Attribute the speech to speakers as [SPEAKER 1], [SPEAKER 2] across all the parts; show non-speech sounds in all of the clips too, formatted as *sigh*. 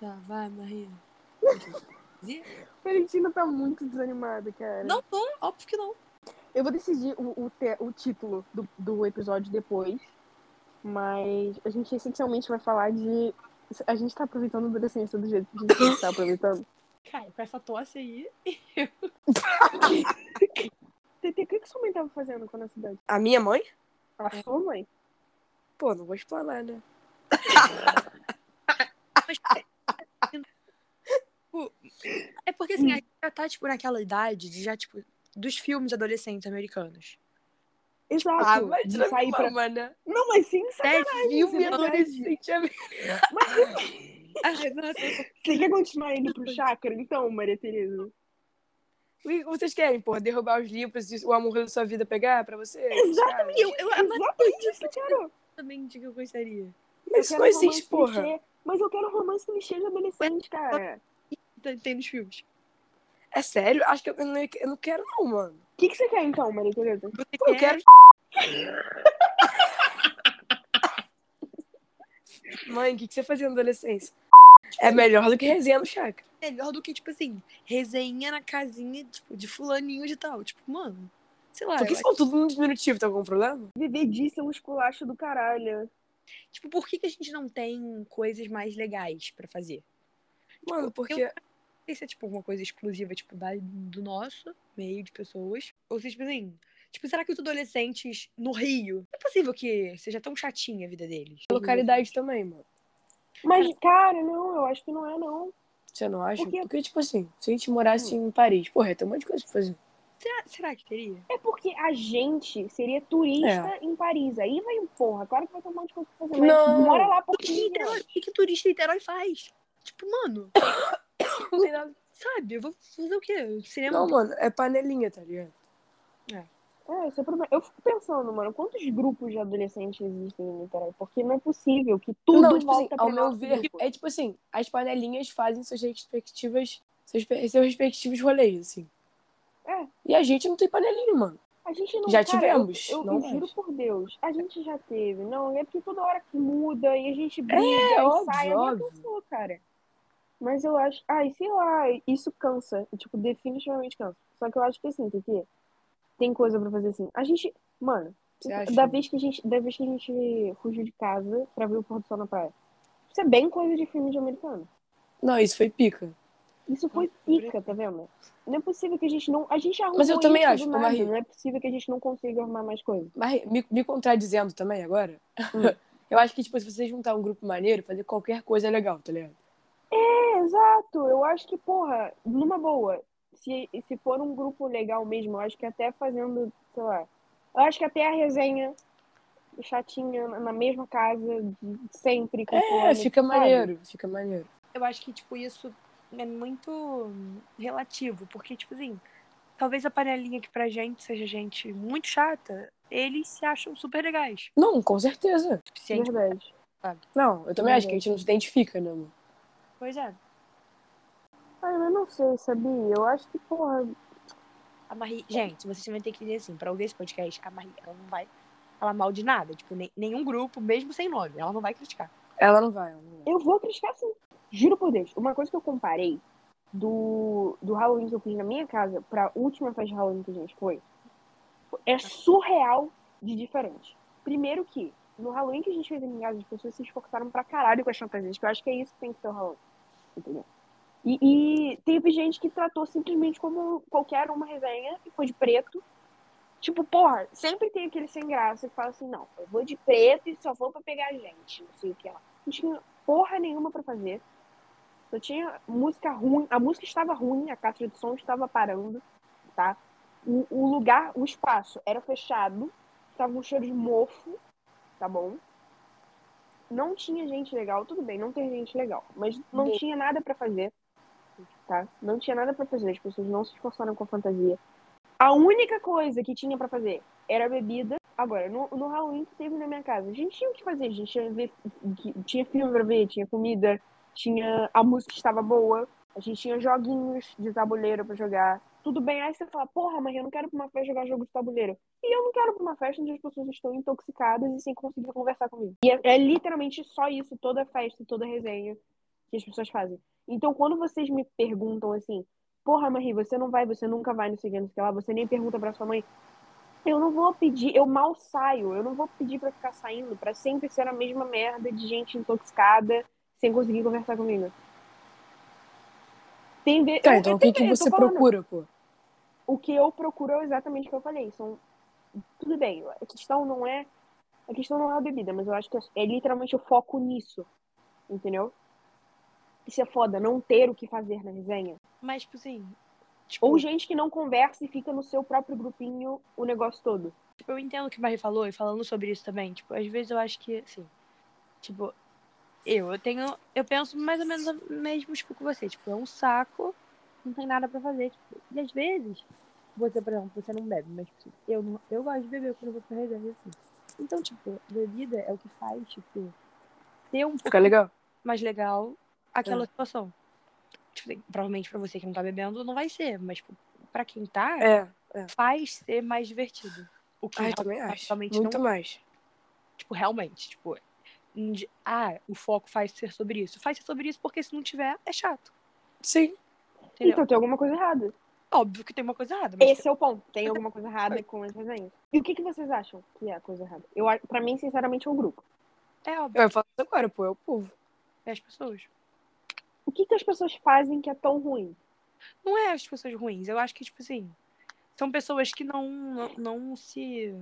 [SPEAKER 1] Tá, vai, *laughs* Maria.
[SPEAKER 2] Valentina tá muito desanimada, cara.
[SPEAKER 1] Não tô, óbvio que não.
[SPEAKER 2] Eu vou decidir o, o, te- o título do, do episódio depois. Mas a gente essencialmente vai falar de. A gente tá aproveitando a adolescência do jeito que a gente tá *laughs* aproveitando.
[SPEAKER 1] Cara, com essa tosse aí.
[SPEAKER 2] TT, o que, que sua mãe tava fazendo com a nossa idade?
[SPEAKER 3] A minha mãe?
[SPEAKER 2] A sua mãe?
[SPEAKER 3] Pô, não vou explanar, né?
[SPEAKER 1] *laughs* É porque assim, a gente já tá, tipo, naquela idade de já, tipo, dos filmes adolescentes americanos.
[SPEAKER 2] Exato.
[SPEAKER 3] Ah, mas
[SPEAKER 2] de
[SPEAKER 3] não
[SPEAKER 2] sair pra...
[SPEAKER 3] mana.
[SPEAKER 2] Não, mas sim, sabe?
[SPEAKER 1] Dez
[SPEAKER 2] isso é
[SPEAKER 1] filmes
[SPEAKER 2] verdade.
[SPEAKER 1] adolescentes americanos. Ai, Ah, nossa, eu sou-
[SPEAKER 2] Você quer continuar indo pro chácara, então, Maria Tereza?
[SPEAKER 3] O que vocês querem, pô? Derrubar os livros e o amor da sua vida pegar pra vocês?
[SPEAKER 2] Exatamente.
[SPEAKER 1] eu, eu, eu
[SPEAKER 2] Exatamente isso, cara.
[SPEAKER 1] também digo que eu gostaria.
[SPEAKER 3] Mas
[SPEAKER 2] Eu
[SPEAKER 3] isso não
[SPEAKER 2] quero um romance
[SPEAKER 3] existe, assim, tipo, porra.
[SPEAKER 2] clichê, Mas eu quero um romance clichê de adolescente, cara.
[SPEAKER 1] Tem, tem nos filmes.
[SPEAKER 3] É sério? Acho que eu não, eu não quero, não, mano.
[SPEAKER 2] O que, que você quer, então, Maria Tereza?
[SPEAKER 1] Você
[SPEAKER 3] Pô, eu
[SPEAKER 1] quer-
[SPEAKER 3] quero. *laughs* Mãe, o que, que você fazia na adolescência? É melhor do que resenha no chácara.
[SPEAKER 1] melhor do que, tipo assim, resenha na casinha, tipo, de fulaninho de tal. Tipo, mano, sei
[SPEAKER 2] Ah,
[SPEAKER 1] lá.
[SPEAKER 3] Porque
[SPEAKER 1] eu
[SPEAKER 3] isso é
[SPEAKER 1] acho-
[SPEAKER 3] tudo no diminutivo, tem algum problema?
[SPEAKER 2] Viver disso é um esculacho do caralho.
[SPEAKER 1] Tipo, por que, que a gente não tem coisas mais legais pra fazer?
[SPEAKER 3] Mano, porque.
[SPEAKER 1] Isso é, tipo, alguma coisa exclusiva, tipo, da, do nosso meio de pessoas. Ou seja, tipo assim, tipo, será que os adolescentes no Rio, é possível que seja tão chatinha a vida deles?
[SPEAKER 3] A localidade também, mano. É.
[SPEAKER 2] Mas, cara, não, eu acho que não é, não.
[SPEAKER 3] Você não acha?
[SPEAKER 2] Por quê?
[SPEAKER 3] Porque, tipo assim, se a gente morasse
[SPEAKER 2] Hum.
[SPEAKER 3] em Paris, porra, tem um monte de coisa pra fazer.
[SPEAKER 1] Será, Ah, será que teria?
[SPEAKER 2] É porque a gente seria
[SPEAKER 3] É.
[SPEAKER 2] turista em Paris. Aí vai, porra, claro que vai ter um monte de coisa pra fazer. mas
[SPEAKER 3] Não.
[SPEAKER 2] Bora lá por
[SPEAKER 1] O que, que,
[SPEAKER 2] 15
[SPEAKER 1] Niterói-
[SPEAKER 2] anos.
[SPEAKER 1] o que, que turista em Niterói faz? Tipo, mano,
[SPEAKER 3] *coughs* Não tem nada.
[SPEAKER 1] sabe? Eu vou fazer o quê? Cinema
[SPEAKER 3] Não, mano, é panelinha, tá ligado?
[SPEAKER 2] É, esse é o problema. Eu fico pensando, mano, quantos grupos de adolescentes existem em Niterói? Porque não é possível que tudo
[SPEAKER 3] não, tipo assim,
[SPEAKER 2] volta
[SPEAKER 3] ao
[SPEAKER 2] pro
[SPEAKER 3] meu
[SPEAKER 2] nosso
[SPEAKER 3] ver,
[SPEAKER 2] grupo.
[SPEAKER 3] é tipo assim, as panelinhas fazem suas respectivas, seus, pe- seus respectivos rolês, assim.
[SPEAKER 2] É.
[SPEAKER 3] E a gente não tem panelinha, mano.
[SPEAKER 2] A gente não
[SPEAKER 3] Já
[SPEAKER 2] cara, eu-
[SPEAKER 3] tivemos,
[SPEAKER 2] Eu, eu
[SPEAKER 3] não
[SPEAKER 2] juro
[SPEAKER 3] mais.
[SPEAKER 2] por Deus, a gente já teve. Não, é porque toda hora que muda e a
[SPEAKER 3] É.
[SPEAKER 2] gente briga e
[SPEAKER 3] óbvio,
[SPEAKER 2] sai, É, eu
[SPEAKER 3] óbvio.
[SPEAKER 2] pensou, cara. Mas eu acho. Ai, sei lá, isso cansa. Tipo, definitivamente cansa. Só que eu acho que assim, Titi, tem coisa pra fazer assim. A gente. Mano,
[SPEAKER 3] Você acha?
[SPEAKER 2] da vez, que a gente, da vez que a gente fugiu de casa pra ver o pôr do sol na praia. Isso é bem coisa de filme de americano.
[SPEAKER 3] Não, isso foi pica.
[SPEAKER 2] Isso foi pica, tá vendo? Não é possível que a gente não. A gente arrumou
[SPEAKER 3] Mas eu também
[SPEAKER 2] isso
[SPEAKER 3] acho,
[SPEAKER 2] do
[SPEAKER 3] ô,
[SPEAKER 2] nada.
[SPEAKER 3] Marie.
[SPEAKER 2] Não é possível que a gente não consiga arrumar mais coisa.
[SPEAKER 3] Mas me, me contradizendo também agora,
[SPEAKER 2] Hum.
[SPEAKER 3] *laughs* eu acho que, tipo, se você juntar um grupo maneiro, fazer qualquer coisa é legal, tá ligado?
[SPEAKER 2] É, exato. Eu acho que, porra, numa boa, se, se for um grupo legal mesmo, eu acho que até fazendo, sei lá. Eu acho que até a resenha chatinha na na mesma casa, de sempre. com fulano,
[SPEAKER 3] É, fica
[SPEAKER 2] sabe?
[SPEAKER 3] maneiro, fica maneiro.
[SPEAKER 1] eu acho que, tipo, isso é muito relativo, porque, tipo assim, talvez a panelinha que pra gente seja gente muito chata, eles se acham super legais.
[SPEAKER 3] Não, com certeza.
[SPEAKER 1] O suficiente.
[SPEAKER 2] Verdade.
[SPEAKER 3] Não, eu também acho que a gente não se identifica, né, mano?
[SPEAKER 1] Pois é,
[SPEAKER 2] Ai, eu não sei, sabia? Eu acho que, porra.
[SPEAKER 1] a Marie. Gente, vocês também têm que dizer assim, pra ouvir esse podcast, a Marie, ela não vai falar mal de nada, tipo, nem- nenhum grupo, mesmo sem nome, ela não vai criticar.
[SPEAKER 3] Ela não vai, ela não vai.
[SPEAKER 2] Eu vou criticar sim. Juro por Deus. Uma coisa que eu comparei do, do Halloween que eu fiz na minha casa pra última festa de Halloween que a gente foi é surreal de diferente. Primeiro que no Halloween que a gente fez em casa, as pessoas se esforçaram pra caralho com as fantasias, que eu acho que é isso que tem que ser o Halloween. Entendeu? E, e teve gente que tratou simplesmente como qualquer uma resenha e foi de preto. Tipo, porra, sempre tem aquele sem graça que fala assim, não, eu vou de preto e só vou pra pegar gente, não sei o que lá. Não tinha porra nenhuma pra fazer. Só tinha música ruim. A música estava ruim, a caixa de som estava parando, tá? O, o lugar, o espaço era fechado, tava um cheiro de mofo, tá bom? Não tinha gente legal, tudo bem, não tem gente legal, mas não
[SPEAKER 1] Bom.
[SPEAKER 2] tinha nada pra fazer, tá? Não tinha nada pra fazer, as pessoas não se esforçaram com a fantasia. A única coisa que tinha pra fazer era bebida. Agora, no, no Halloween que teve na minha casa, a gente tinha o que fazer, a gente tinha, ver, tinha filme pra ver, tinha comida, tinha a música estava boa, a gente tinha joguinhos de tabuleiro pra jogar. Tudo bem, aí você fala, porra, mas eu não quero pra uma festa jogar jogo de tabuleiro. E eu não quero pra uma festa onde as pessoas estão intoxicadas e sem conseguir conversar comigo. E é, é literalmente só isso, toda festa, toda resenha que que as pessoas fazem. Então, quando vocês me perguntam assim, porra, Marie, você não vai, você nunca vai, não sei o que, não sei o que lá, você nem pergunta pra sua mãe. Eu não vou pedir, eu mal saio, eu não vou pedir pra ficar saindo, pra sempre ser a mesma merda de gente intoxicada, sem conseguir conversar comigo. Tem ver...
[SPEAKER 3] Tá,
[SPEAKER 2] eu-
[SPEAKER 3] então
[SPEAKER 2] eu
[SPEAKER 3] o que,
[SPEAKER 2] tenho-
[SPEAKER 3] que
[SPEAKER 2] eu tô
[SPEAKER 3] você
[SPEAKER 2] falando,
[SPEAKER 3] procura, pô?
[SPEAKER 2] o que eu procuro é exatamente o que eu falei. São... Tudo bem, a questão não é. A questão não é a bebida, mas eu acho que é literalmente o foco nisso. Entendeu? Isso é foda, não ter o que fazer na resenha.
[SPEAKER 1] Mas, tipo assim. Tipo,
[SPEAKER 2] Ou gente que não conversa e fica no seu próprio grupinho o negócio todo.
[SPEAKER 1] Tipo, eu entendo o que o Marie falou e falando sobre isso também. Tipo, às vezes eu acho que, assim. Tipo, eu, eu tenho. Eu penso mais ou menos o mesmo tipo que você. Tipo, é um saco, não tem nada pra fazer. Tipo, e às vezes, você, por exemplo, você não bebe, mas tipo, eu, não, eu gosto de beber quando eu vou pra reserva assim. Então, tipo, bebida é o que faz, tipo, ter um pouco
[SPEAKER 3] Fica legal?
[SPEAKER 1] mais legal aquela
[SPEAKER 3] É.
[SPEAKER 1] situação. Tipo, assim, provavelmente pra você que não tá bebendo, não vai ser, mas, tipo, pra quem tá,
[SPEAKER 3] É.
[SPEAKER 1] faz ser mais divertido. O que
[SPEAKER 3] Ai, também acho.
[SPEAKER 1] realmente
[SPEAKER 3] Muito mais.
[SPEAKER 1] Tipo, realmente, tipo, um di- ah, o foco faz ser sobre isso. Faz ser sobre isso porque se não tiver, é chato.
[SPEAKER 3] Sim.
[SPEAKER 1] Entendeu?
[SPEAKER 2] Então tem alguma coisa errada.
[SPEAKER 1] Óbvio que tem uma coisa errada, mas
[SPEAKER 2] Esse é o ponto. Tem alguma coisa errada com as resenhas. E o que, que vocês acham que é a coisa errada? Eu, acho- pra mim, sinceramente, é o grupo.
[SPEAKER 1] é óbvio,
[SPEAKER 3] Eu ia falar isso agora, pô. É o povo.
[SPEAKER 1] é as pessoas.
[SPEAKER 2] O que, que as pessoas fazem que é tão ruim?
[SPEAKER 1] Não é as pessoas ruins, eu acho que, tipo assim, são pessoas que não, não, não se.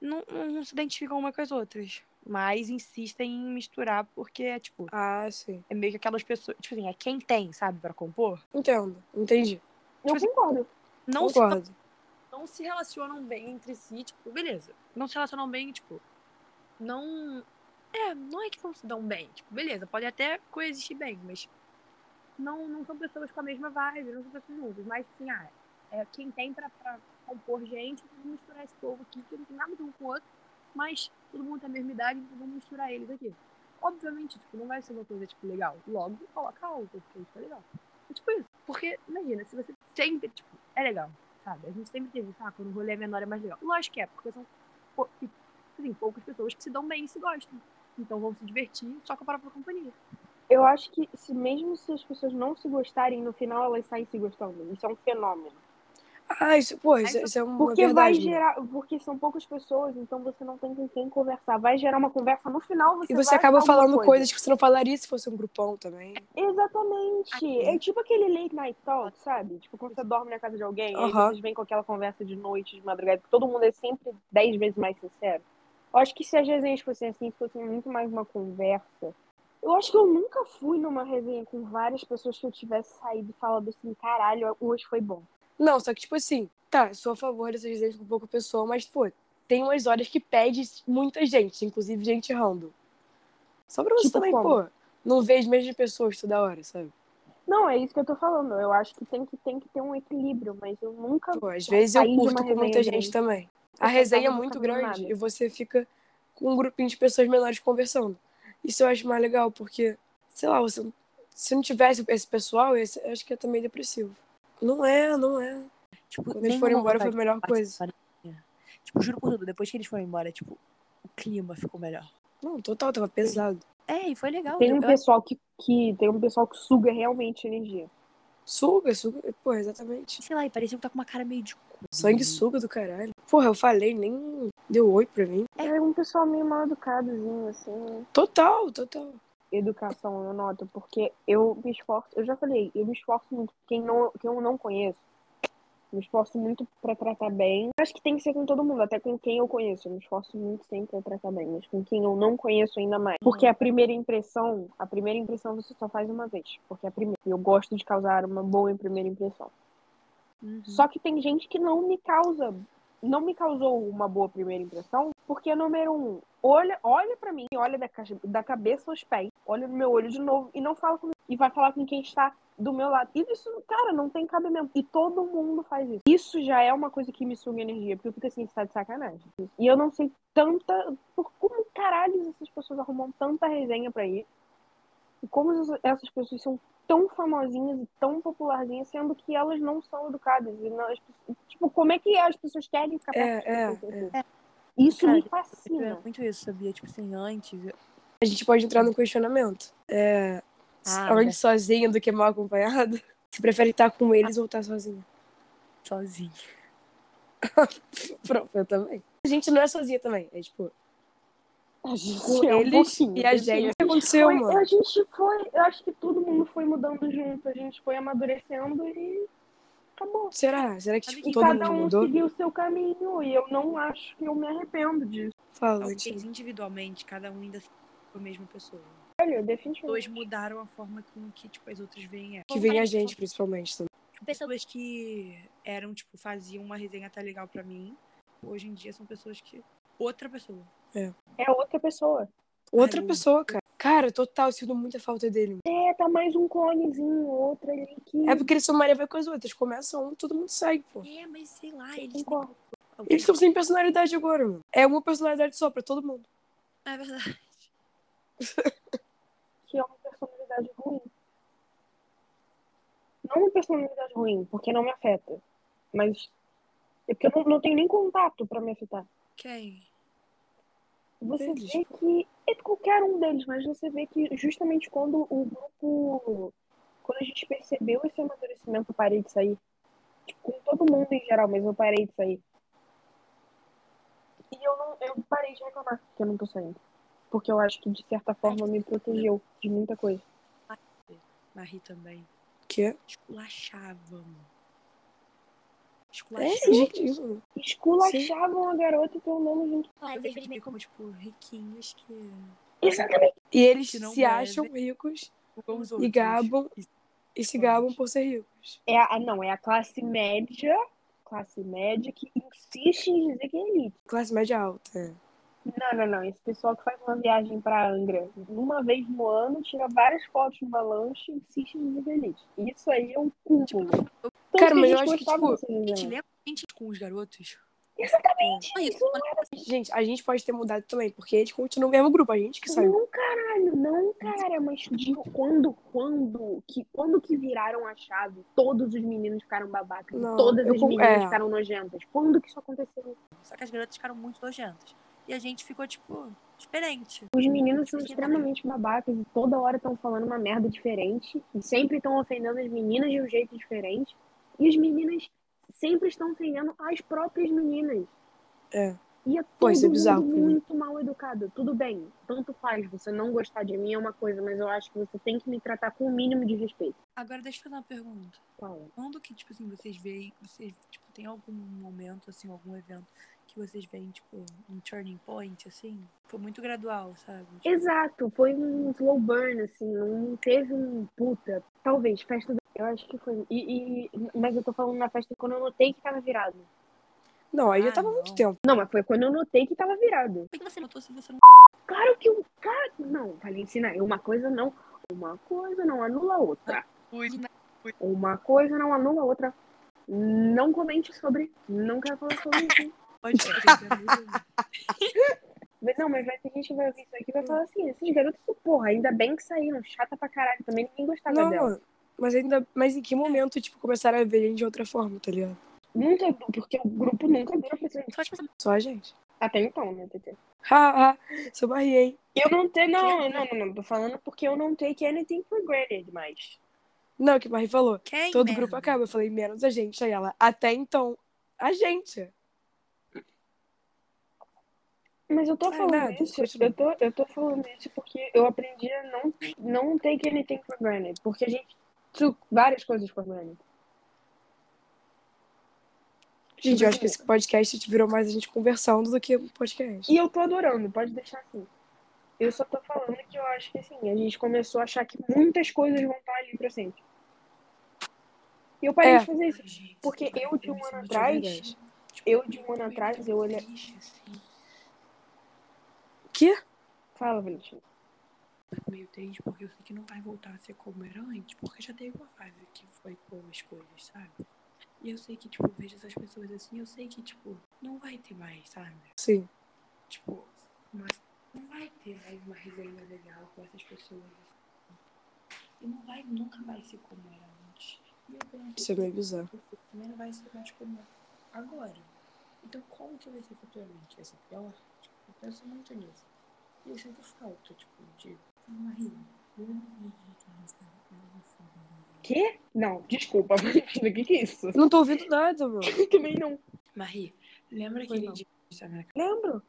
[SPEAKER 1] Não, não se identificam uma com as outras. Mas insistem em misturar porque é, tipo,
[SPEAKER 3] Ah, sim.
[SPEAKER 1] é meio que aquelas pessoas. Tipo assim, é quem tem, sabe, pra compor.
[SPEAKER 3] Entendo. Entendi.
[SPEAKER 2] Eu
[SPEAKER 1] Tipo assim,
[SPEAKER 2] concordo.
[SPEAKER 1] Não se
[SPEAKER 3] Concordo.
[SPEAKER 1] não se relacionam bem entre si, tipo, beleza. Não se relacionam bem, tipo, não. É, não é que não se dão bem, tipo, beleza, pode até coexistir bem, mas não, não são pessoas com a mesma vibe, não são pessoas juntas, mas assim, ah, é quem tem pra, pra compor gente, vamos misturar esse povo aqui, que não tem nada a ver um com o outro, mas todo mundo tem a mesma idade, então vamos misturar eles aqui. Obviamente, tipo, não vai ser uma coisa, tipo, legal. Logo, coloca a outra, porque isso é legal. É tipo isso. Porque, imagina, se você sempre, tipo, é legal sabe? A gente sempre teve isso, ah, quando o rolê é menor é mais legal. Lógico que é, porque são pou- assim, poucas pessoas que se dão bem e se gostam. Então vão se divertir só com a própria companhia.
[SPEAKER 2] Eu acho que se mesmo se as pessoas não se gostarem, no final elas saem se gostando. Isso é um fenômeno.
[SPEAKER 3] Ah, isso, pô, isso,
[SPEAKER 1] isso-
[SPEAKER 3] isso é uma
[SPEAKER 2] Porque vai
[SPEAKER 3] verdade. né?
[SPEAKER 2] gerar, porque são poucas pessoas, então você não tem com quem conversar. Vai gerar uma conversa no final você
[SPEAKER 3] E você
[SPEAKER 2] vai
[SPEAKER 3] acaba
[SPEAKER 2] achar alguma
[SPEAKER 3] falando
[SPEAKER 2] coisa.
[SPEAKER 3] coisas que você não falaria se fosse um grupão também.
[SPEAKER 2] Exatamente.
[SPEAKER 1] Aqui.
[SPEAKER 2] É tipo aquele late night talk, sabe? Tipo quando você dorme na casa de alguém, aí
[SPEAKER 3] Aham.
[SPEAKER 2] vocês vêm com aquela conversa de noite, de madrugada, que todo mundo é sempre dez vezes mais sincero. Eu acho que se as resenhas fossem assim, fossem muito mais uma conversa. Eu acho que eu nunca fui numa resenha com várias pessoas que eu tivesse saído e falado assim, caralho, hoje foi bom.
[SPEAKER 3] Não, só que, tipo assim, tá, sou a favor dessas resenhas com pouca pessoa, mas, pô, tem umas horas que pede muita gente, inclusive gente random. Só pra você
[SPEAKER 2] Tipo
[SPEAKER 3] também,
[SPEAKER 2] como?
[SPEAKER 3] pô, não ver as mesmas pessoas toda hora, sabe?
[SPEAKER 2] Não, é isso que eu tô falando. Eu acho que tem que, tem que ter um equilíbrio, mas eu nunca.
[SPEAKER 3] Pô, às vezes eu
[SPEAKER 2] saí de uma
[SPEAKER 3] curto com muita
[SPEAKER 2] resenha grande.
[SPEAKER 3] gente também.
[SPEAKER 2] Eu
[SPEAKER 3] A resenha é
[SPEAKER 2] tentava
[SPEAKER 3] muito
[SPEAKER 2] nunca fazer
[SPEAKER 3] grande
[SPEAKER 2] nada.
[SPEAKER 3] e você fica com um grupinho de pessoas menores conversando. Isso eu acho mais legal, porque, sei lá, você, se não tivesse esse pessoal, esse, eu acho que é também depressivo. Não é, não é.
[SPEAKER 1] Tipo,
[SPEAKER 3] Quando eles foram embora foi a melhor coisa.
[SPEAKER 1] Tipo, juro por tudo, depois que eles foram embora, tipo, o clima ficou melhor.
[SPEAKER 3] Não, total, tava pesado.
[SPEAKER 1] É, e foi legal.
[SPEAKER 2] Tem
[SPEAKER 1] deu-
[SPEAKER 2] um
[SPEAKER 1] eu-
[SPEAKER 2] pessoal que, que tem um pessoal que suga realmente energia.
[SPEAKER 3] Suga, suga. Pô, exatamente.
[SPEAKER 1] sei lá, e parecia que tá com uma cara meio de
[SPEAKER 2] Uhum.
[SPEAKER 1] cu.
[SPEAKER 3] Sangue suga do caralho. Porra, eu falei, nem deu oi pra mim.
[SPEAKER 2] É um pessoal meio mal educadozinho, assim.
[SPEAKER 3] Total, total.
[SPEAKER 2] Educação, eu noto, porque eu me esforço, eu já falei, eu me esforço muito. Quem, não, quem eu não conheço, me esforço muito pra tratar bem. Acho que tem que ser com todo mundo, até com quem eu conheço. Eu me esforço muito sempre pra tratar bem, mas com quem eu não conheço ainda mais. Porque a primeira impressão, a primeira impressão você só faz uma vez. Porque é a primeira. Eu gosto de causar uma boa primeira impressão.
[SPEAKER 1] Uhum.
[SPEAKER 2] Só que tem gente que não me causa, não me causou uma boa primeira impressão, porque número um, olha, olha para mim, olha da, caixa- da cabeça aos pés, olha no meu olho de novo e não fala comigo. E vai falar com quem está do meu lado. E isso, cara, não tem cabimento. E todo mundo faz isso. Isso já é uma coisa que me suga energia, porque eu fico assim, está de sacanagem. E eu não sei tanta. Por como caralho essas pessoas arrumam tanta resenha pra ir? E como essas- essas pessoas são tão famosinhas e tão popularzinhas, sendo que elas não são educadas. E não- as pessoas- tipo, como é que as pessoas querem ficar
[SPEAKER 3] É,
[SPEAKER 2] perto de
[SPEAKER 3] é,
[SPEAKER 2] pessoas assim? Isso
[SPEAKER 1] Cara,
[SPEAKER 2] me
[SPEAKER 1] eu- Eu
[SPEAKER 2] fascina.
[SPEAKER 1] muito isso, sabia? Tipo assim, antes.
[SPEAKER 3] A gente pode entrar no questionamento. É,
[SPEAKER 1] Ah,
[SPEAKER 3] Além
[SPEAKER 1] né?
[SPEAKER 3] de sozinha do que mal acompanhada, *laughs* você prefere estar com eles ou estar sozinha?
[SPEAKER 1] sozinho.
[SPEAKER 3] Pronto, eu também. A gente não é sozinha também. É tipo,
[SPEAKER 2] A gente
[SPEAKER 3] com
[SPEAKER 2] é um
[SPEAKER 3] eles
[SPEAKER 2] pouquinho,
[SPEAKER 3] e a
[SPEAKER 2] assim.
[SPEAKER 3] gente. O que aconteceu,
[SPEAKER 2] Foi-
[SPEAKER 3] mano?
[SPEAKER 2] A gente foi, eu acho que todo mundo foi mudando junto, a gente foi amadurecendo e acabou.
[SPEAKER 3] Será? Será que
[SPEAKER 1] Sabe
[SPEAKER 3] tipo,
[SPEAKER 1] que
[SPEAKER 3] todo
[SPEAKER 2] Cada
[SPEAKER 3] mundo
[SPEAKER 2] um
[SPEAKER 3] mudou?
[SPEAKER 2] seguiu o seu caminho e eu não acho que eu me arrependo disso.
[SPEAKER 3] Fala,
[SPEAKER 1] Talvez
[SPEAKER 3] tipo,
[SPEAKER 1] individualmente, cada um ainda foi a mesma pessoa.
[SPEAKER 2] Olha,
[SPEAKER 1] Dois
[SPEAKER 2] definitivamente.
[SPEAKER 1] mudaram a forma com que tipo, as outras veem ela.
[SPEAKER 3] que vem a gente, principalmente. Também.
[SPEAKER 1] Pessoas que eram, tipo, faziam uma resenha tá legal pra mim. Hoje em dia são pessoas que. Outra pessoa.
[SPEAKER 2] É outra pessoa.
[SPEAKER 3] Outra
[SPEAKER 1] eu-
[SPEAKER 3] pessoa, cara. Cara, total, eu sinto muita falta dele. mano.
[SPEAKER 2] É, tá mais um clonezinho, outro ali que.
[SPEAKER 3] É porque eles são Maria vai com as outras. Começa um, todo mundo segue, pô.
[SPEAKER 1] É, mas sei lá, eles.
[SPEAKER 2] Concordo.
[SPEAKER 3] Eles estão sem personalidade agora, mano. É uma personalidade só pra todo mundo.
[SPEAKER 1] É verdade.
[SPEAKER 2] que é uma personalidade ruim. Não uma personalidade ruim, porque não me afeta. Mas é porque eu não, não tenho nem contato pra me afetar.
[SPEAKER 1] Quem?
[SPEAKER 2] Você
[SPEAKER 3] Deles,
[SPEAKER 2] vê que. É qualquer um deles, mas você vê que justamente quando o grupo. Quando a gente percebeu esse amadurecimento, eu parei de sair. Tipo, com todo mundo em geral, mas eu parei de sair. E eu não. Eu parei de reclamar que eu não tô saindo. Porque eu acho que, de certa forma, me protegeu de muita coisa.
[SPEAKER 1] Marie também. Tipo,
[SPEAKER 3] Que?
[SPEAKER 1] Esculachava, mano.
[SPEAKER 3] É,
[SPEAKER 1] Esculachava.
[SPEAKER 3] gente, isso, mano.
[SPEAKER 2] Esculachavam a garota e tornando junto.
[SPEAKER 1] Eu vejo eles como, tipo, riquinhos que.
[SPEAKER 2] Exatamente.
[SPEAKER 3] E eles
[SPEAKER 1] Que não
[SPEAKER 3] se
[SPEAKER 1] bebe.
[SPEAKER 3] acham ricos
[SPEAKER 1] julgam os
[SPEAKER 3] e
[SPEAKER 1] outros.
[SPEAKER 3] gabam e se gabam por ser ricos.
[SPEAKER 2] É a, não, é a classe média. Classe média que insiste em dizer que é elite.
[SPEAKER 3] Classe média alta. é.
[SPEAKER 2] Não, não, não. Esse pessoal que faz uma viagem pra Angra uma vez no ano, tira várias fotos numa lancha e insiste em dizer que é elite. Isso aí é um cúmulo. Tanto
[SPEAKER 3] Cara,
[SPEAKER 2] que
[SPEAKER 3] mas
[SPEAKER 2] a gente
[SPEAKER 3] Tipo, eu acho que,
[SPEAKER 2] gostava né?
[SPEAKER 3] tipo,
[SPEAKER 2] desse
[SPEAKER 1] Gente,
[SPEAKER 2] desenho.
[SPEAKER 1] lembra a gente com os garotos? É.
[SPEAKER 2] Exatamente.
[SPEAKER 1] Não,
[SPEAKER 2] Isso
[SPEAKER 3] Gente, a gente pode ter mudado também, porque eles continuam no mesmo grupo, a gente que saiu.
[SPEAKER 2] Não, caralho, não, cara, mas digo, quando, quando, que, quando que viraram a chave, todos os meninos ficaram babacas, e
[SPEAKER 3] Não,
[SPEAKER 2] todas
[SPEAKER 3] eu
[SPEAKER 2] as
[SPEAKER 3] con-
[SPEAKER 2] meninas
[SPEAKER 3] é.
[SPEAKER 2] ficaram nojentas. Quando que isso aconteceu?
[SPEAKER 1] Só que as garotas ficaram muito nojentas. E a gente ficou, tipo, diferente.
[SPEAKER 2] Os meninos são extremamente babacas e toda hora estão falando uma merda diferente, e sempre estão ofendendo as meninas de um jeito diferente, e as meninas sempre estão ofendendo as próprias meninas.
[SPEAKER 3] É.
[SPEAKER 2] E é
[SPEAKER 3] Pô, isso é
[SPEAKER 2] todo
[SPEAKER 3] bizarro pra
[SPEAKER 2] mundo
[SPEAKER 3] mim.
[SPEAKER 2] muito mal educado. Tudo bem, tanto faz, você não gostar de mim é uma coisa, mas eu acho que você tem que me tratar com o mínimo de respeito. é?
[SPEAKER 1] Agora, deixa eu fazer uma pergunta. Quando que, tipo assim, vocês veem, vocês, tipo, tem algum momento, assim, algum evento que vocês veem, tipo, um turning point, assim? Foi muito gradual, sabe? Tipo,
[SPEAKER 2] Exato, foi um slow burn, assim, não teve um puta. Talvez, festa da. Eu acho que foi. E, e- Mas eu tô falando na festa quando eu notei que tava virado.
[SPEAKER 3] Não, aí já
[SPEAKER 1] Ah,
[SPEAKER 3] tava há
[SPEAKER 1] não.
[SPEAKER 3] muito tempo.
[SPEAKER 2] Não, mas foi quando eu notei que tava virado.
[SPEAKER 1] Por que você notou se você não.
[SPEAKER 2] Claro que um cara. Não, Valentina, uma coisa não. Uma coisa não anula a outra. Uma coisa não anula a outra. Não comente sobre. Não quero falar sobre isso.
[SPEAKER 1] Pode tipo, é *laughs* ser.
[SPEAKER 2] Mas Não, mas vai ter gente que vai ouvir isso aqui e vai falar assim: esses garotos, porra, ainda bem que saíram. Chata pra caralho. Também ninguém gostava
[SPEAKER 3] Não,
[SPEAKER 2] dela.
[SPEAKER 3] mano. Mas ainda. Mas em que momento, tipo, começaram a ver a gente de outra forma, tá ligado?
[SPEAKER 2] Nunca, porque o grupo nunca dura pra ser-
[SPEAKER 1] Só, tipo, assim,
[SPEAKER 3] Só a gente.
[SPEAKER 2] Até então, né, TT?
[SPEAKER 3] Ha, ha, sou barri, hein?
[SPEAKER 2] Eu não tenho. Não, não, não, não. Tô falando porque eu não take anything for granted, mas.
[SPEAKER 3] Não, o que o Barri falou.
[SPEAKER 1] quem
[SPEAKER 3] Todo
[SPEAKER 1] merda?
[SPEAKER 3] grupo
[SPEAKER 2] é
[SPEAKER 3] acaba. Eu falei, menos a gente. Aí ela, até então, a gente.
[SPEAKER 2] Mas eu tô
[SPEAKER 3] Ah,
[SPEAKER 2] falando
[SPEAKER 3] nada,
[SPEAKER 2] isso.
[SPEAKER 3] continua.
[SPEAKER 2] Eu tô, eu tô falando isso porque eu aprendi a não, não take anything for granted. Porque a gente took várias coisas for granted. Tipo
[SPEAKER 3] Gente, eu acho que esse podcast virou mais a gente conversando do que um podcast.
[SPEAKER 2] assim, E eu tô adorando, pode deixar assim. Eu só tô falando que eu acho que assim, a gente começou a achar que muitas coisas vão estar ali pra sempre. E eu parei
[SPEAKER 3] É.
[SPEAKER 2] de fazer isso.
[SPEAKER 1] Ai, gente,
[SPEAKER 2] Porque
[SPEAKER 1] cara,
[SPEAKER 2] eu de um
[SPEAKER 1] isso é
[SPEAKER 2] ano
[SPEAKER 1] muito
[SPEAKER 2] atrás,
[SPEAKER 1] verdade.
[SPEAKER 2] eu de um
[SPEAKER 1] Tipo,
[SPEAKER 2] ano
[SPEAKER 1] Muito
[SPEAKER 2] atrás, eu olhei.
[SPEAKER 1] triste, assim,
[SPEAKER 3] Que?
[SPEAKER 2] Fala, Valentina.
[SPEAKER 1] meio triste, porque eu sei que não vai voltar a ser como era antes, porque já teve uma fase que foi com as coisas, sabe? E eu sei que, tipo, eu vejo essas pessoas assim, eu sei que, tipo, não vai ter mais, sabe?
[SPEAKER 3] Sim.
[SPEAKER 1] Tipo, mas não vai ter mais uma resenha legal com essas pessoas. assim. E não vai nunca mais ser como era antes. E eu penso
[SPEAKER 3] Isso é meio bizarro.
[SPEAKER 1] porque também não vai ser mais como agora. Então, como que vai ser futuramente? Vai ser pior? Tipo, eu penso muito nisso. E eu sinto falta, tipo, de. Marinho,
[SPEAKER 2] Quê? Não, desculpa, *laughs* Marina, o que, que é isso?
[SPEAKER 3] Eu Não tô ouvindo nada, mano.
[SPEAKER 2] Eu também não.
[SPEAKER 1] Marie, lembra
[SPEAKER 3] Foi,
[SPEAKER 1] aquele
[SPEAKER 3] não.
[SPEAKER 1] dia que a gente tava na casa?
[SPEAKER 2] Lembro.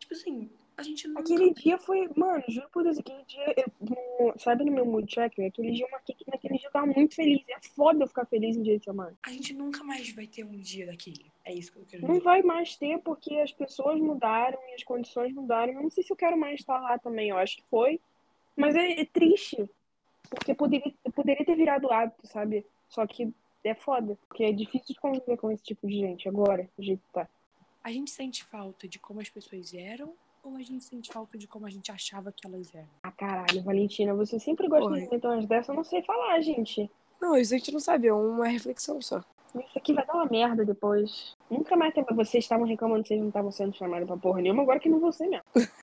[SPEAKER 1] Tipo assim, a gente nunca...
[SPEAKER 2] Aquele dia foi. Mano, juro por Deus, aquele dia. eu- no- sabe no meu mood tracker? Aquele dia eu marquei que naquele dia eu tava muito feliz. É foda eu ficar feliz em dia de semana.
[SPEAKER 1] A gente nunca mais vai ter um dia daquele. É isso que eu quero
[SPEAKER 2] Não
[SPEAKER 1] dizer.
[SPEAKER 2] vai mais ter porque as pessoas mudaram e as condições mudaram. Eu não sei se eu quero mais estar lá também, eu acho que foi. Mas é, é triste. Porque poderia, poderia ter virado hábito, sabe? Só que é foda. Porque é difícil de conviver com esse tipo de gente agora, do jeito que tá.
[SPEAKER 1] A gente sente falta de como as pessoas eram ou a gente sente falta de como a gente achava que elas eram?
[SPEAKER 2] Ah, caralho, Valentina, você sempre gosta
[SPEAKER 3] Oi.
[SPEAKER 2] de comentar umas dessas, eu não sei falar, gente.
[SPEAKER 3] Não, isso a gente não sabe, é uma reflexão só.
[SPEAKER 2] Isso aqui vai dar uma merda depois. Nunca mais tem... vocês estavam reclamando que vocês não estavam sendo chamados pra porra nenhuma, agora que não vou ser mesmo.